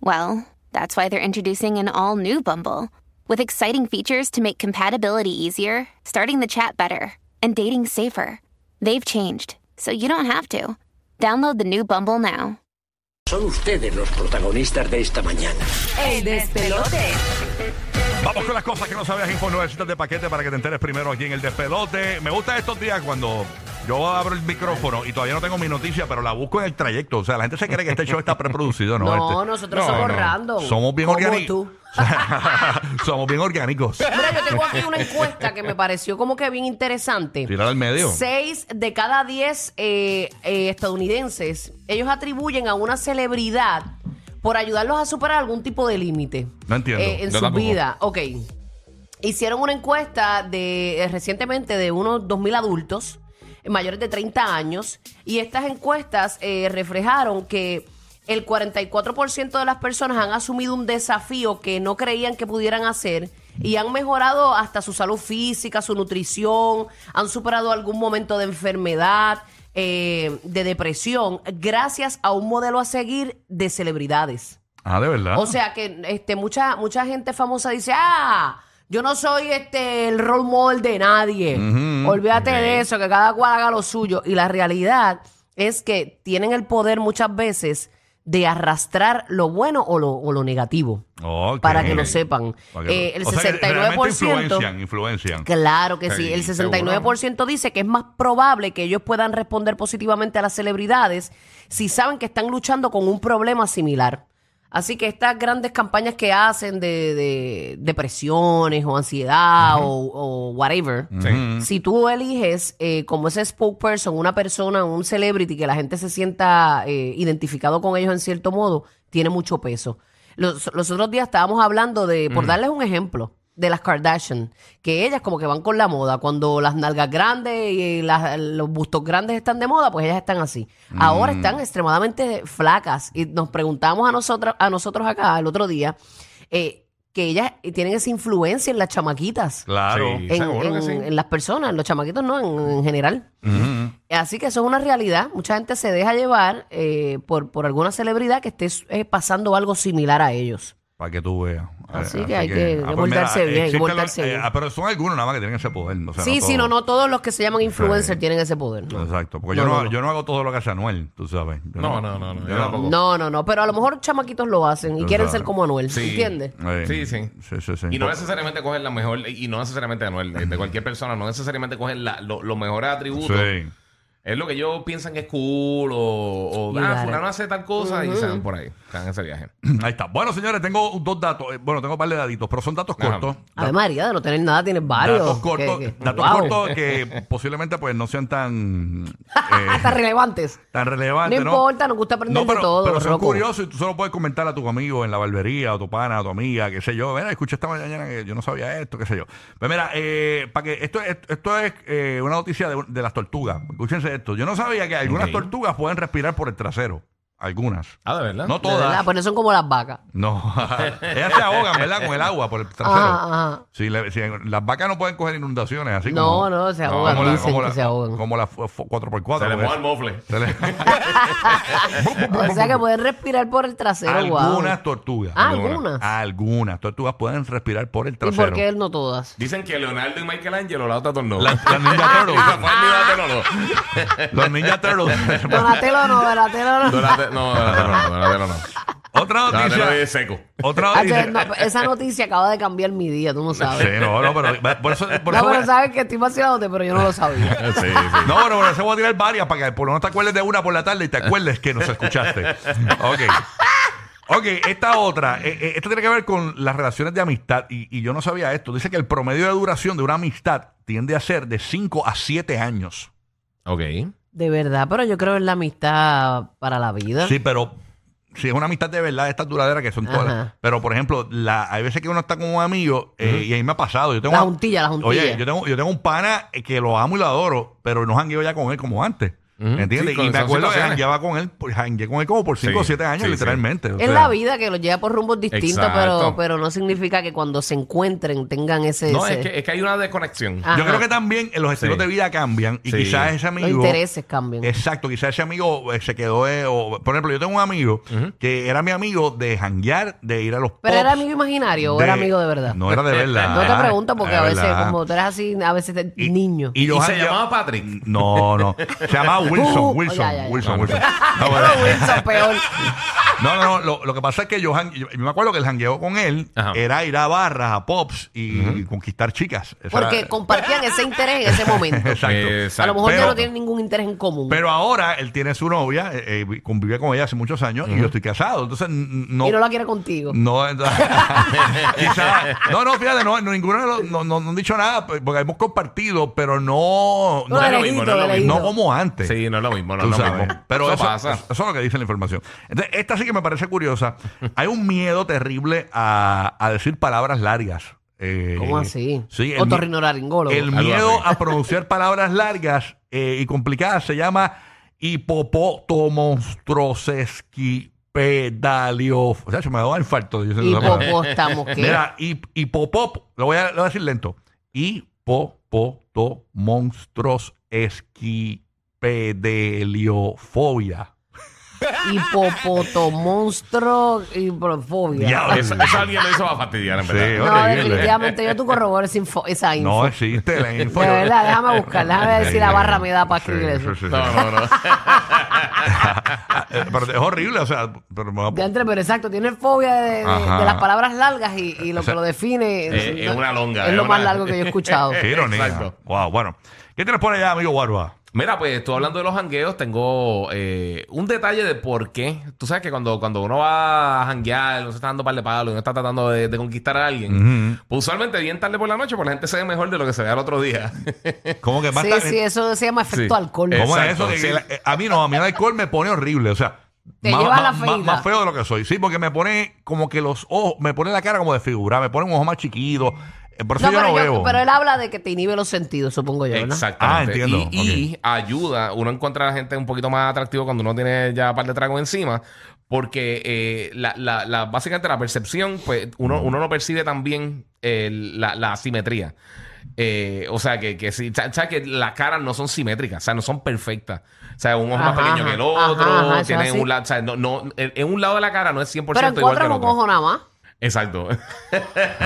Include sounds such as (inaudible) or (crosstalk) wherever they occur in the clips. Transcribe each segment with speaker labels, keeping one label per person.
Speaker 1: well, that's why they're introducing an all new Bumble with exciting features to make compatibility easier, starting the chat better, and dating safer. They've changed, so you don't have to. Download the new Bumble now.
Speaker 2: Son ustedes los protagonistas de esta mañana.
Speaker 3: Vamos con las cosas que no sabías, Info 9 citas de paquete para que te enteres primero aquí en el despelote. Me gusta estos días cuando yo abro el micrófono y todavía no tengo mi noticia, pero la busco en el trayecto. O sea, la gente se cree que este show está preproducido, ¿no?
Speaker 4: No,
Speaker 3: Este-
Speaker 4: nosotros somos random.
Speaker 3: Somos bien
Speaker 4: Como
Speaker 3: orgánicos.
Speaker 4: tú.
Speaker 3: (laughs) somos bien orgánicos.
Speaker 4: Mira, yo tengo aquí una encuesta que me pareció como que bien interesante.
Speaker 3: Tirar al medio.
Speaker 4: Seis de cada diez eh, eh, estadounidenses, ellos atribuyen a una celebridad por ayudarlos a superar algún tipo de límite.
Speaker 3: No entiendo.
Speaker 4: eh, en
Speaker 3: Yo
Speaker 4: su
Speaker 3: tampoco.
Speaker 4: vida. Ok. Hicieron una encuesta de eh, recientemente de unos 2.000 adultos eh, mayores de 30 años y estas encuestas eh, reflejaron que el 44% de las personas han asumido un desafío que no creían que pudieran hacer y han mejorado hasta su salud física, su nutrición, han superado algún momento de enfermedad, eh, de depresión, gracias a un modelo a seguir de celebridades.
Speaker 3: Ah, de verdad.
Speaker 4: O sea que este, mucha, mucha gente famosa dice, ah, yo no soy este el role model de nadie. Olvídate de eso, que cada cual haga lo suyo. Y la realidad es que tienen el poder muchas veces de arrastrar lo bueno o lo, o lo negativo.
Speaker 3: Ok.
Speaker 4: Para que lo sepan.
Speaker 3: Para que-
Speaker 4: Eh, el
Speaker 3: o sea, que
Speaker 4: 69%.
Speaker 3: realmente influencian, influencian.
Speaker 4: Claro que
Speaker 3: Sí,
Speaker 4: sí. El 69% dice que es más probable que ellos puedan responder positivamente a las celebridades si saben que están luchando con un problema similar. Así que estas grandes campañas que hacen de, de depresiones o ansiedad o, o whatever, si tú eliges eh, como ese spokesperson, una persona, un celebrity, que la gente se sienta eh, identificado con ellos en cierto modo, tiene mucho peso. Los, los otros días estábamos hablando de, por darles un ejemplo, de las Kardashian, que ellas como que van con la moda. Cuando las nalgas grandes y eh, las- los bustos grandes están de moda, pues ellas están así. Ahora están extremadamente flacas. Y nos preguntamos a nosotros, a nosotros acá el otro día, eh, que ellas tienen esa influencia en las chamaquitas
Speaker 3: Claro.
Speaker 5: Sí.
Speaker 4: en,
Speaker 5: Seguro que
Speaker 4: en-
Speaker 5: sí.
Speaker 4: en las personas, en los chamaquitos no, en, en general.
Speaker 3: Ujú.
Speaker 4: Así que eso es una realidad. Mucha gente se deja llevar eh, por, por alguna celebridad que esté eh, pasando algo similar a ellos.
Speaker 3: Para que tú veas. Eh,
Speaker 4: Así que hay que
Speaker 3: ah, pues
Speaker 4: voltarse bien,
Speaker 3: existen los-
Speaker 4: voltarse bien.
Speaker 3: ah, pero son algunos nada más que tienen ese poder. o sea,
Speaker 4: sí, sí, no,
Speaker 3: todos.
Speaker 4: no todos los que se llaman influencers tienen ese poder. ¿no?
Speaker 3: Exacto, porque yo, no, yo no hago todo lo que hace Anuel, tú sabes. Yo
Speaker 5: No, no, no, no, yo tampoco.
Speaker 4: No, no, no, pero a lo mejor chamaquitos lo hacen y quieren
Speaker 3: sabes.
Speaker 4: ser como Anuel,
Speaker 5: Sí.
Speaker 4: ¿entiendes?
Speaker 3: Eh,
Speaker 5: Sí, sí.
Speaker 3: sí, sí, sí.
Speaker 5: Y no necesariamente coger la mejor, y no necesariamente de Anuel, de, de cualquier persona, no necesariamente coger la, lo- los mejores
Speaker 3: (clears throat)
Speaker 5: atributos.
Speaker 3: Sí.
Speaker 5: Es lo que ellos piensan que es cool o, o,
Speaker 4: You got
Speaker 5: ah,
Speaker 4: it.
Speaker 5: fulano hace tal cosa y se van por ahí, están en ese viaje.
Speaker 3: Ahí está. Bueno, señores, tengo dos datos. eh, Bueno, tengo un par de daditos, pero son datos
Speaker 5: Ajá.
Speaker 3: cortos.
Speaker 4: A ver, María, de no tener nada tienes Ah, varios.
Speaker 3: Datos
Speaker 4: Que-
Speaker 3: cortos,
Speaker 4: que-
Speaker 3: datos
Speaker 4: wow.
Speaker 3: cortos que posiblemente pues no sean tan
Speaker 4: Ah, (laughs) Hasta
Speaker 3: eh,
Speaker 4: relevantes.
Speaker 3: tan relevantes.
Speaker 4: No importa, nos gusta aprender
Speaker 3: pero,
Speaker 4: de todo,
Speaker 3: Pero son
Speaker 4: loco.
Speaker 3: curiosos y tú solo puedes comentar a tu amigo en la barbería, a tu pana, a tu amiga, qué sé yo. Mira, escuché esta mañana que yo no sabía esto, qué sé yo. Pero mira, eh, para que esto, esto, esto es eh, una noticia de, de las tortugas. Escúchense esto. Yo no sabía que algunas
Speaker 5: Ok.
Speaker 3: tortugas pueden respirar por el trasero. Algunas.
Speaker 5: Ah, de verdad.
Speaker 3: No
Speaker 4: De verdad,
Speaker 3: todas.
Speaker 4: pues no son como las vacas.
Speaker 5: (laughs)
Speaker 3: No, ellas se ahogan, ¿verdad? Con el agua
Speaker 4: Ah,
Speaker 3: por el trasero.
Speaker 4: Ajá, ajá.
Speaker 3: Si le- si las vacas no pueden coger inundaciones, así
Speaker 4: No,
Speaker 3: como.
Speaker 4: no, se
Speaker 5: No,
Speaker 4: ahogan,
Speaker 3: como la-
Speaker 4: dicen
Speaker 3: como
Speaker 4: que
Speaker 3: la-
Speaker 4: se ahogan.
Speaker 3: Como la fu- fu- 4x4.
Speaker 5: se le
Speaker 3: porque-
Speaker 5: moja el mofle.
Speaker 3: pues. se le-
Speaker 5: (laughs)
Speaker 3: (laughs)
Speaker 4: O sea que pueden respirar por el trasero, guau.
Speaker 3: algunas tortugas.
Speaker 4: Ah, algunas.
Speaker 3: Algunas tortugas pueden respirar por el
Speaker 4: ¿Y
Speaker 3: trasero.
Speaker 4: por qué no
Speaker 3: (laughs)
Speaker 4: todas?
Speaker 5: Dicen que Leonardo y Michelangelo la otra tornó. (laughs)
Speaker 3: La- la Ninja Turtles. Los Ninja Turtles.
Speaker 4: Donatello (laughs) no, Donatello no.
Speaker 5: No, Donatello no, Donatello no.
Speaker 3: Otra
Speaker 5: Donatello
Speaker 3: noticia.
Speaker 5: es seco.
Speaker 3: Otra
Speaker 4: Ah,
Speaker 3: noticia.
Speaker 4: no, Esa noticia acaba de cambiar mi día, tú no
Speaker 3: Sí,
Speaker 4: sabes.
Speaker 3: no, no, pero. Por eso, por
Speaker 4: No,
Speaker 3: eso-
Speaker 4: pero sabes que estoy vacilándote, pero yo no lo
Speaker 3: (laughs)
Speaker 4: sabía.
Speaker 5: Sí, sí.
Speaker 3: No, bueno, bueno, se voy a tirar varias para que por lo menos te acuerdes de una por la tarde y te acuerdes que nos escuchaste. Ok. Ok, esta otra. eh, eh, esta tiene que ver con las relaciones de amistad. Y, y yo no sabía esto. Dice que el promedio de duración de una amistad tiende a ser de 5 a 7 años.
Speaker 5: Ok.
Speaker 4: De verdad, pero yo creo en la amistad para la vida.
Speaker 3: Sí, pero si es una amistad de verdad, estas duraderas que son todas.
Speaker 4: Ajá.
Speaker 3: las- Pero, por ejemplo, la, hay veces que uno está con un amigo eh, y ahí me ha pasado. Yo tengo
Speaker 4: La juntilla, la juntilla.
Speaker 3: Oye, yo tengo, yo tengo un pana eh, que lo amo y lo adoro, pero no jangueo ya con él como antes.
Speaker 5: Sí,
Speaker 3: ¿Entiendes?
Speaker 5: con-
Speaker 3: y me
Speaker 5: son
Speaker 3: acuerdo que
Speaker 5: situaciones.
Speaker 3: jangueaba con él, pues, jangueé con él como por 5 o
Speaker 5: Sí,
Speaker 3: 7 años,
Speaker 5: sí, sí.
Speaker 3: literalmente. o
Speaker 4: Es
Speaker 3: sea.
Speaker 4: la vida que los lleva por rumbos distintos, pero,
Speaker 5: Exacto.
Speaker 4: pero no significa que cuando se encuentren tengan ese...
Speaker 5: No,
Speaker 4: ese-
Speaker 5: es que, es que hay una desconexión.
Speaker 4: Ah.
Speaker 3: Yo
Speaker 4: Ajá.
Speaker 3: creo que también eh, los estilos
Speaker 5: Sí.
Speaker 3: de vida cambian y
Speaker 5: Sí.
Speaker 3: quizás ese
Speaker 4: los
Speaker 3: amigo.
Speaker 4: intereses cambian.
Speaker 3: Exacto, quizás ese amigo eh, se quedó. eh, o- por ejemplo, yo tengo un amigo que era mi amigo de janguear, de ir a los
Speaker 4: ¿Pero era
Speaker 3: pubs,
Speaker 4: amigo imaginario o era amigo de verdad?
Speaker 3: No era de verdad.
Speaker 4: No te pregunto porque
Speaker 3: De
Speaker 4: a veces,
Speaker 3: verdad.
Speaker 4: como tú eres así, a veces de-
Speaker 3: Y-
Speaker 4: niño.
Speaker 5: Y,
Speaker 3: yo
Speaker 5: se
Speaker 3: janguea-
Speaker 5: llamaba Patrick.
Speaker 3: No, no. Se
Speaker 4: Uh,
Speaker 3: llamaba Wilson,
Speaker 4: ya, ya,
Speaker 3: Wilson,
Speaker 4: ya.
Speaker 3: Wilson,
Speaker 5: No,
Speaker 3: Wilson.
Speaker 4: (laughs)
Speaker 3: No,
Speaker 4: Pero
Speaker 3: pero-
Speaker 4: Wilson, peor.
Speaker 3: No, no, no. Lo, lo que pasa es que yo, jan- yo- yo me acuerdo que el jangueo con él
Speaker 5: Ajá.
Speaker 3: era ir a barras, a pops y conquistar chicas. Esa
Speaker 4: Porque
Speaker 3: era-
Speaker 4: compartían ese interés en ese
Speaker 3: (laughs)
Speaker 4: momento.
Speaker 3: Exacto.
Speaker 4: A lo mejor ya
Speaker 3: Pero-
Speaker 4: no tienen ningún interés en común.
Speaker 3: Pero ahora él tiene su novia, eh, eh, convive con ella hace muchos años y yo estoy casado. Entonces, n- no.
Speaker 4: y no la quiere contigo.
Speaker 3: No, (laughs) entonces- quizá- no, no, fíjate, no, no, ninguno de los- no, no- no han dicho nada, pues, porque hemos compartido, pero no,
Speaker 4: No,
Speaker 3: no,
Speaker 4: de
Speaker 5: es lo
Speaker 4: lejito,
Speaker 5: mismo, no
Speaker 4: de
Speaker 5: es lo
Speaker 4: lejito.
Speaker 3: no como antes.
Speaker 5: Sí, no es lo mismo, no
Speaker 3: Tú
Speaker 5: es lo
Speaker 3: sabes.
Speaker 5: mismo.
Speaker 3: Pero eso,
Speaker 5: pasa.
Speaker 3: eso es lo que dice la información. Entonces, esta sí que me parece curiosa. Hay un miedo terrible a, a decir palabras largas. Eh,
Speaker 4: ¿Cómo así?
Speaker 3: Sí, el, mi-
Speaker 4: Otorrinolaringólogo.
Speaker 3: el
Speaker 5: Algo
Speaker 3: miedo
Speaker 5: así.
Speaker 3: a pronunciar palabras largas eh, y complicadas se llama hipopotomonstrosequipedalio. O sea, se me da un infarto. Yo sé esa palabra.
Speaker 4: Hipopótamo, ¿qué?
Speaker 3: Mira, hip- hipopop, lo voy, a, lo voy a decir lento. Hipopoto monstruos esquipedeliofobia.
Speaker 4: Hipopoto, monstruo y profobia.
Speaker 3: Ya,
Speaker 5: Eso, eso alguien lo hizo para fastidiar, en verdad.
Speaker 3: Sí,
Speaker 4: no,
Speaker 3: horrible.
Speaker 4: definitivamente yo tú corrobores esa info. Esa info.
Speaker 3: No existe la info.
Speaker 4: De verdad, déjame buscarla, déjame ver si la barra me da para
Speaker 3: Sí,
Speaker 4: escribir
Speaker 3: sí,
Speaker 4: eso.
Speaker 3: sí, sí.
Speaker 5: No, no, no.
Speaker 3: Ah, eh, pero es horrible, o sea, pero me voy a-
Speaker 4: De entre, pero exacto, tiene fobia de, de-
Speaker 3: Ajá.
Speaker 4: de las palabras largas y, y lo
Speaker 3: O sea,
Speaker 4: que lo define
Speaker 5: eh, es una longa,
Speaker 4: Es
Speaker 5: es
Speaker 4: lo
Speaker 5: una-
Speaker 4: más largo que yo he
Speaker 3: (laughs)
Speaker 4: escuchado.
Speaker 3: Qué ironía.
Speaker 5: Eh, Exacto.
Speaker 3: Wow, bueno. ¿Qué tienes por allá, amigo Barba?
Speaker 5: Mira, pues tú hablando de los jangueos, tengo eh, un detalle de por qué. Tú sabes que cuando, cuando uno va a janguear, no se está dando par de palos, no está tratando de, de conquistar a alguien, pues usualmente bien tarde por la noche, pues la gente se ve mejor de lo que se ve al otro día.
Speaker 3: ¿Cómo que más
Speaker 4: Sí,
Speaker 3: tarde-
Speaker 4: sí, eso se llama efecto
Speaker 5: Sí.
Speaker 4: alcohol.
Speaker 5: Eh,
Speaker 3: ¿Cómo es eso?
Speaker 5: Exacto,
Speaker 3: Que-
Speaker 5: sí.
Speaker 3: que la- eh, a mí no, a mí el alcohol me pone horrible, o sea.
Speaker 4: Te lleva a la
Speaker 3: más,
Speaker 4: feída.
Speaker 3: más feo de lo que soy, sí, porque me pone como que los ojos, me pone la cara como de figura, me pone un ojo más chiquito. eh, Por eso
Speaker 4: No,
Speaker 3: yo
Speaker 4: pero,
Speaker 3: no
Speaker 4: yo-
Speaker 3: bebo.
Speaker 4: pero él habla de que te inhibe los sentidos, supongo yo, ¿verdad?
Speaker 3: Ah,
Speaker 5: Exactamente.
Speaker 3: entiendo.
Speaker 5: Y, y ayuda, uno encuentra a la gente un poquito más atractivo cuando uno tiene ya un par de tragos encima, porque eh, la, la- la- básicamente la percepción, pues uno, uno no percibe también eh, la, la asimetría. Eh, o sea, que, que sí, sa- sabes que las caras no son simétricas, o sea, no son perfectas. O sea, un ojo más
Speaker 4: Ajá,
Speaker 5: pequeño que el
Speaker 4: ajá.
Speaker 5: otro,
Speaker 4: Ajá, ajá, eso es
Speaker 5: tiene
Speaker 4: así.
Speaker 5: un lado, o sea, no, no, en en un lado de la cara no es 100%
Speaker 4: Pero
Speaker 5: igual que
Speaker 4: encuentra
Speaker 5: el
Speaker 4: con
Speaker 5: otro.
Speaker 4: ojo nada más.
Speaker 5: Exacto.
Speaker 3: (laughs)
Speaker 5: (laughs)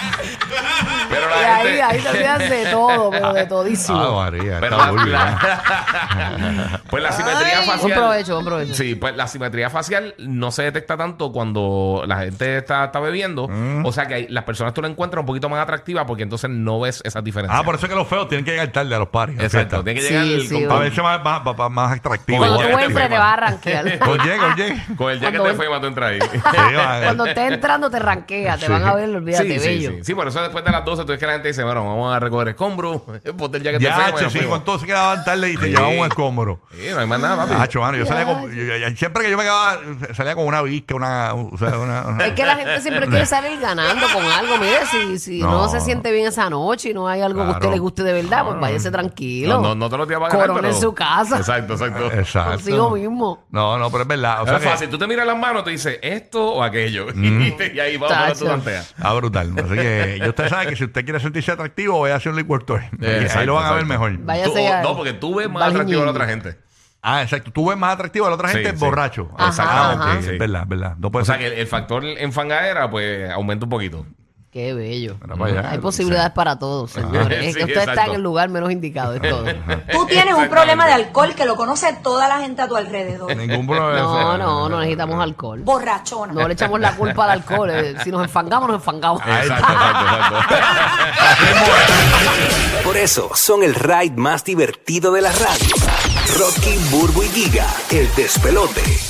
Speaker 3: Ah,
Speaker 5: Pero
Speaker 4: Y
Speaker 5: la
Speaker 4: ahí,
Speaker 5: gente-
Speaker 4: ahí te olvidas de todo, pero de todísimo.
Speaker 3: ah, María, está
Speaker 5: Pero
Speaker 3: muy bien.
Speaker 5: la- (laughs) pues la simetría
Speaker 4: Ay.
Speaker 5: facial.
Speaker 4: Buen provecho, buen provecho.
Speaker 5: Sí, pues la simetría facial no se detecta tanto cuando la gente está, está bebiendo. O sea que hay- las personas tú la encuentras un poquito más atractiva porque entonces no ves esas diferencias.
Speaker 3: Ah, pues, por eso es que los feos tienen que llegar tarde a los pares.
Speaker 5: Exacto. Tiene que llegar
Speaker 4: Sí,
Speaker 5: el-
Speaker 4: sí,
Speaker 5: con,
Speaker 3: A veces más, más, más, más atractivo. Este
Speaker 4: Cuando tú
Speaker 5: Igual.
Speaker 4: entres te va a
Speaker 5: (laughs)
Speaker 4: arranquear.
Speaker 3: (laughs) Oye,
Speaker 4: (laughs)
Speaker 3: oye.
Speaker 5: con el jacket
Speaker 4: Cuando
Speaker 5: de fuego tú entras ahí.
Speaker 3: Sí, va, eh.
Speaker 4: Cuando estés entrando te ranquea, te
Speaker 3: Sí.
Speaker 4: van a ver, olvídate,
Speaker 5: sí, sí,
Speaker 4: bello.
Speaker 5: sí. Sí, por eso después de las 12 tú ves que la gente dice, bueno, vamos a recoger escombros, (laughs) pues ponte el jacket de
Speaker 3: Ya,
Speaker 5: fuego. y nos
Speaker 3: che, sí,
Speaker 4: pues,
Speaker 5: fuimos.
Speaker 3: con todo se quedaban tarde y te llevaban un escombro.
Speaker 5: Sí, no hay más nada, papi.
Speaker 3: Hacho, mano, yo salía con, yo- yo- siempre que yo me quedaba, salía con una visca, una, o sea, una, una-
Speaker 4: Es que la gente siempre quiere salir ganando con algo. Mire, si, si no,
Speaker 3: No.
Speaker 4: se siente bien esa noche y no hay algo que a usted
Speaker 3: Claro.
Speaker 4: le guste de verdad, pues váyase tranquilo.
Speaker 5: no, no, no te lo tienes para ganar.
Speaker 4: Corona en
Speaker 5: pero-
Speaker 4: su casa.
Speaker 5: Exacto, exacto.
Speaker 3: Exacto.
Speaker 4: Consigo mismo.
Speaker 3: No, no, pero es verdad. O sea
Speaker 5: es
Speaker 3: que-
Speaker 5: fácil. Tú te miras las manos, te dices esto o aquello. (laughs) y ahí vamos a tu
Speaker 4: Tacho.
Speaker 5: tontea.
Speaker 3: Ah, brutal. Así que y usted sabe que si usted quiere sentirse atractivo, vaya a hacer un liquor tour. Ahí lo van a ver mejor.
Speaker 4: Váyase
Speaker 5: Tú-
Speaker 4: a-
Speaker 5: No, porque tú ves más
Speaker 4: Valiñín.
Speaker 5: atractivo a la otra gente.
Speaker 3: Ah, exacto. Tú ves más atractivo a la otra
Speaker 5: Sí,
Speaker 3: gente
Speaker 5: sí.
Speaker 3: borracho.
Speaker 4: Ajá,
Speaker 3: Ah, ok.
Speaker 4: ajá.
Speaker 3: Es
Speaker 5: Sí.
Speaker 3: verdad, es verdad. No puede
Speaker 5: O sea
Speaker 3: ser.
Speaker 5: que el, el factor enfangadera, pues, aumenta un poquito.
Speaker 4: Qué bello.
Speaker 3: Mira para allá. Ah.
Speaker 4: Hay posibilidades para todos, señores.
Speaker 5: Sí,
Speaker 4: es que usted está
Speaker 5: exacto.
Speaker 4: en el lugar menos indicado de todo.
Speaker 6: Tú tienes un problema de alcohol que lo conoce toda la gente a tu alrededor.
Speaker 3: Ningún problema.
Speaker 4: (laughs) No, no, no necesitamos alcohol.
Speaker 6: Borrachona.
Speaker 4: No le echamos la culpa al alcohol. eh. Si nos enfangamos, nos enfangamos.
Speaker 5: Exacto, exacto, exacto. (laughs)
Speaker 7: Por eso son el ride más divertido de la radio. Rocky, Burbu y Giga, el despelote.